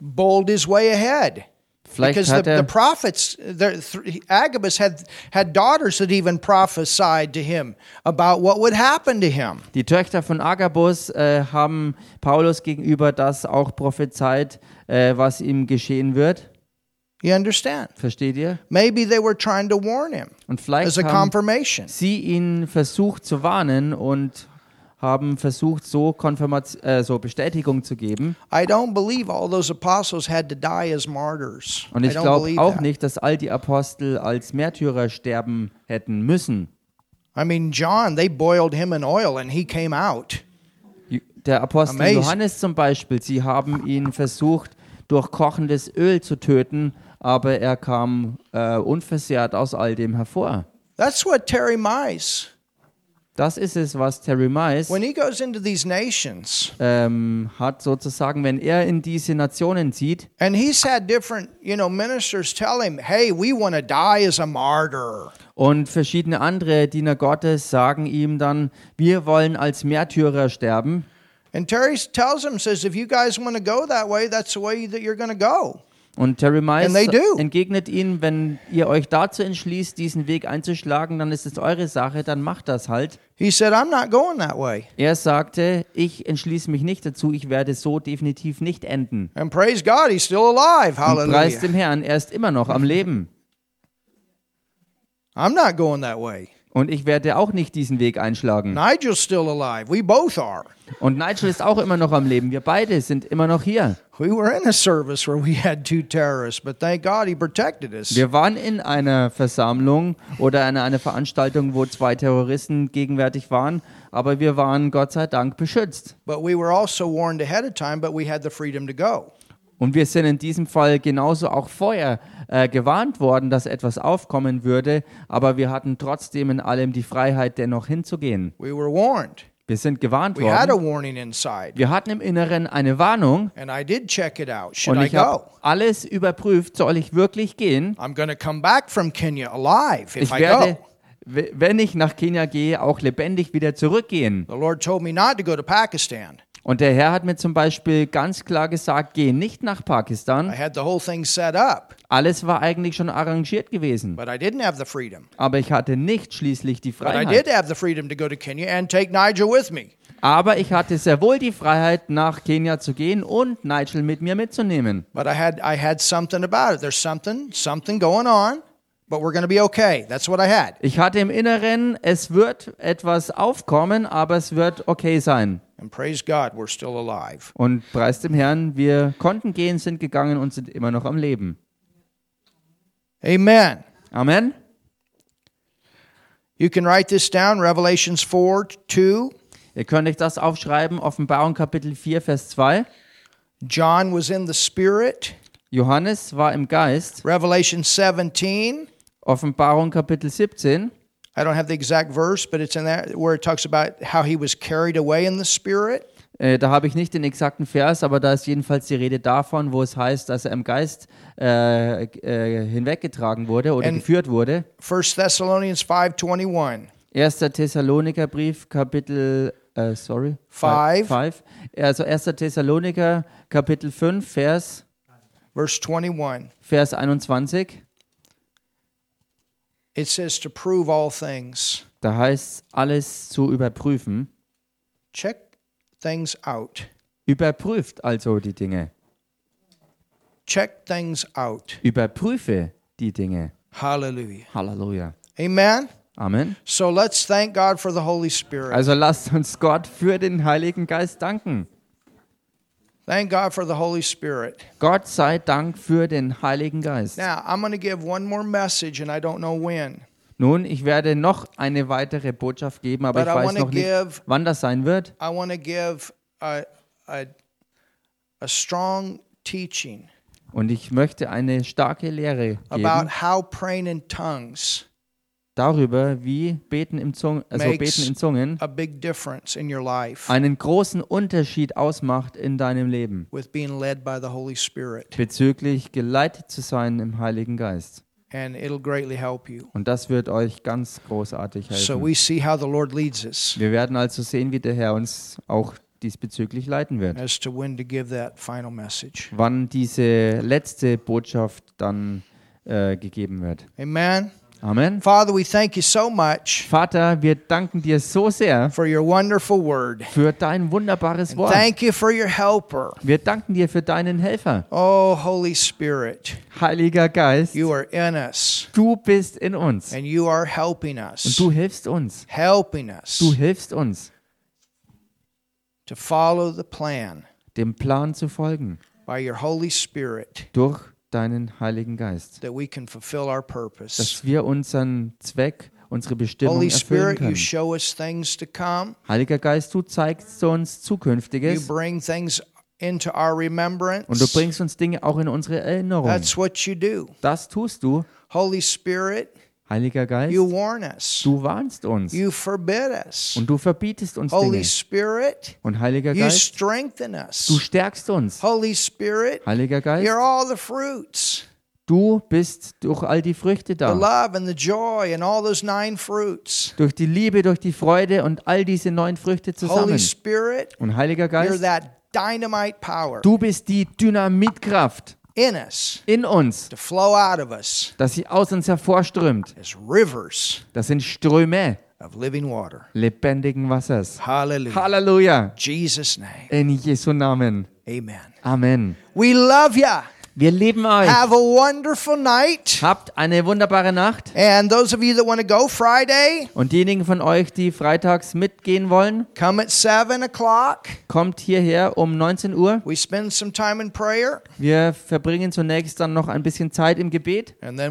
S1: bowled his way ahead.
S2: Vielleicht
S1: because the,
S2: hat
S1: the
S2: er,
S1: prophets, the, th- Agabus had, had daughters that even prophesied to him about what would happen to him.
S2: die Töchter von Agabus äh, haben Paulus gegenüber das auch prophezeit, äh, was ihm geschehen wird.
S1: You understand?
S2: Versteht ihr?
S1: Maybe they were trying to warn him
S2: Und
S1: as
S2: vielleicht
S1: a
S2: haben
S1: confirmation.
S2: sie ihn versucht zu warnen und haben versucht, so, Konfirmation, äh, so Bestätigung zu geben.
S1: I don't believe all those apostles had to die as martyrs.
S2: Und
S1: I
S2: ich
S1: don't
S2: glaube
S1: believe
S2: auch
S1: that.
S2: nicht, dass all die Apostel als Märtyrer sterben hätten müssen.
S1: I mean, John, they boiled him in oil and he came out.
S2: Ju- Der Apostel
S1: Amazing.
S2: Johannes zum Beispiel, sie haben ihn versucht, durch kochendes Öl zu töten, aber er kam äh, unversehrt aus all dem hervor.
S1: That's what Terry Mice,
S2: Das ist es, was Terry Mice
S1: when he goes into these nations,
S2: ähm, hat sozusagen, wenn er in diese Nationen zieht.
S1: and he's had different, you know, ministers tell him, hey, we want to die as a martyr.
S2: Und verschiedene andere Diener Gottes sagen ihm dann, wir wollen als Märtyrer sterben.
S1: And Terry tells him, says, if you guys want to go that way, that's the way that you're going to go.
S2: Und Terry Miles
S1: And they do.
S2: entgegnet ihnen, wenn ihr euch dazu entschließt, diesen Weg einzuschlagen, dann ist es eure Sache, dann macht das halt.
S1: He said, I'm not going that way.
S2: Er sagte, ich entschließe mich nicht dazu, ich werde so definitiv nicht enden.
S1: And praise God, he's still alive.
S2: Und preis
S1: Hallelujah.
S2: dem Herrn, er ist immer noch am Leben.
S1: I'm not going that way.
S2: Und ich werde auch nicht diesen Weg einschlagen.
S1: Nigel's still alive. We both are.
S2: Und Nigel ist auch immer noch am Leben. Wir beide sind immer noch hier.
S1: We were in a service where we *laughs* had two terrorists, but thank God he protected us.
S2: Wir waren in einer Versammlung oder in einer Veranstaltung, wo zwei Terroristen gegenwärtig waren, aber wir waren Gott sei Dank beschützt.
S1: But we were also warned ahead of time, but we had the freedom to go.
S2: Und wir sind in diesem Fall genauso auch vorher äh, gewarnt worden, dass etwas aufkommen würde, aber wir hatten trotzdem in allem die Freiheit, dennoch hinzugehen.
S1: We were warned.
S2: Wir sind gewarnt
S1: We had a
S2: worden.
S1: warning inside.
S2: Wir hatten im Inneren eine Warnung
S1: And I did check it out. Should
S2: und
S1: I
S2: ich habe
S1: go?
S2: alles überprüft, soll ich wirklich gehen?
S1: I'm going to come back from Kenya alive if
S2: Ich
S1: I
S2: werde,
S1: go.
S2: w- wenn ich nach Kenia gehe, auch lebendig wieder zurückgehen.
S1: The Lord told me not to go to Pakistan.
S2: Und der Herr hat mir zum Beispiel ganz klar gesagt, geh nicht nach
S1: I
S2: Pakistan.
S1: had the whole thing set up,
S2: Alles war eigentlich schon arrangiert gewesen.
S1: but I didn't have the freedom.
S2: Aber ich hatte nicht schließlich die
S1: But I did
S2: Freiheit.
S1: have the freedom to go to Kenya and take Nigel with me.
S2: Aber ich hatte sehr wohl die Freiheit, nach Kenia zu gehen und Nigel mit mir mitzunehmen.
S1: But I had I had something about it. There's something something going on, but we're going to be okay. That's what I had.
S2: Ich hatte im Inneren, es wird etwas aufkommen, aber es wird okay sein.
S1: And praise God, we're still alive.
S2: Und preis dem Herrn, wir konnten gehen, sind gegangen und sind immer noch am Leben.
S1: Amen.
S2: Amen.
S1: You can write this down. Revelations four two.
S2: Ihr könnt euch das aufschreiben, Offenbarung Kapitel 4, Vers 2.
S1: John was in the Spirit.
S2: Johannes war im Geist.
S1: Revelation seventeen.
S2: Offenbarung Kapitel 17.
S1: I don't have the exact verse, but it's in that where it talks about how he was carried away in the Spirit.
S2: Äh, da habe ich nicht den exakten Vers, aber da ist jedenfalls die Rede davon, wo es heißt, dass er im Geist äh, äh, hinweggetragen wurde oder
S1: And-
S2: geführt wurde.
S1: First Thessalonians five twenty one.
S2: 1. Thessalonikerbrief, Kapitel, äh, sorry,
S1: Five.
S2: five. Also 1. Thessaloniker, Kapitel 5, Vers,
S1: Verse 21.
S2: Vers 21.
S1: It says to prove all things.
S2: Da heißt alles zu überprüfen.
S1: Check things out.
S2: Überprüft also die Dinge.
S1: Check things out.
S2: Überprüfe die Dinge.
S1: Hallelujah.
S2: Halleluja.
S1: Amen.
S2: Amen.
S1: So let's thank God for the Holy Spirit.
S2: Also lasst uns Gott für den Heiligen Geist danken.
S1: Thank God for the Holy Spirit.
S2: Gott sei Dank für den Heiligen Geist.
S1: Now, I'm going to give one more message, and I don't know when,
S2: Nun, ich werde noch eine weitere Botschaft geben, aber
S1: but
S2: ich
S1: I
S2: weiß
S1: want to
S2: noch nicht,
S1: give.
S2: wann das sein wird.
S1: I want to give a, a, a strong teaching
S2: Und ich möchte eine starke Lehre
S1: about
S2: geben
S1: how praying in tongues
S2: darüber, wie Beten, im Zungen, also
S1: Makes-
S2: Beten in Zungen
S1: a big difference in your life
S2: einen großen Unterschied ausmacht in deinem Leben
S1: with being led by the Holy Spirit,
S2: bezüglich geleitet zu sein im Heiligen Geist.
S1: and it'll greatly help you.
S2: Und das wird euch ganz großartig
S1: So
S2: helfen.
S1: we see how the Lord leads us
S2: Wir werden also sehen, wie der Herr uns auch diesbezüglich leiten wird.
S1: as to when to give that final message.
S2: wann diese letzte Botschaft dann äh, gegeben wird.
S1: Amen.
S2: Amen.
S1: Father, we thank you so much
S2: Vater, wir danken dir so sehr
S1: for your wonderful word.
S2: für dein wunderbares Wort.
S1: Thank you for your helper.
S2: Wir danken dir für deinen Helfer.
S1: Oh, Holy Spirit,
S2: Heiliger Geist,
S1: you are in us
S2: du bist in uns
S1: and you are helping us,
S2: und du hilfst uns.
S1: helping us
S2: Du hilfst uns,
S1: to follow the plan
S2: dem Plan zu folgen
S1: by your Holy Spirit
S2: durch deinen Heiligen Geist,
S1: that we can fulfill our purpose.
S2: dass wir unseren Zweck, unsere Bestimmung
S1: Holy
S2: erfüllen
S1: Spirit, you
S2: können.
S1: show us things to come,
S2: Heiliger Geist, du zeigst uns
S1: you
S2: Zukünftiges
S1: bring things into our
S2: und du
S1: remembrance.
S2: bringst uns Dinge auch in unsere Erinnerung.
S1: That's what you do.
S2: Das tust du,
S1: Holy Spirit,
S2: Heiliger Geist.
S1: you warn us,
S2: Du warnst uns
S1: you forbid us.
S2: und du verbietest uns
S1: Holy
S2: Dinge.
S1: Spirit,
S2: Und Heiliger
S1: You
S2: Geist,
S1: strengthen
S2: du
S1: us.
S2: stärkst uns.
S1: Holy Spirit,
S2: Heiliger Geist,
S1: you're all the fruits
S2: du bist durch all die Früchte
S1: the
S2: da.
S1: love and the joy and all those nine fruits.
S2: Durch die Liebe, durch die Freude und all diese neuen Früchte
S1: Holy
S2: zusammen.
S1: Spirit,
S2: Und Heiliger
S1: you're
S2: Geist,
S1: that dynamite power
S2: du bist die Dynamitkraft
S1: in us
S2: in uns,
S1: to flow out of us
S2: dass sie aus uns hervorströmt.
S1: as rivers
S2: Das sind Ströme
S1: of living water.
S2: lebendigen Wassers.
S1: Hallelujah.
S2: Halleluja.
S1: Jesus' name.
S2: In Jesu Namen.
S1: Amen.
S2: Amen.
S1: We love ya.
S2: Wir lieben euch.
S1: Have a wonderful night.
S2: Habt eine wunderbare Nacht.
S1: And those of you that want to go Friday,
S2: Und diejenigen von euch, die freitags mitgehen wollen,
S1: come at 7 o'clock.
S2: kommt hierher um 19 Uhr.
S1: We spend some time in prayer,
S2: Wir verbringen zunächst dann noch ein bisschen Zeit im Gebet.
S1: and then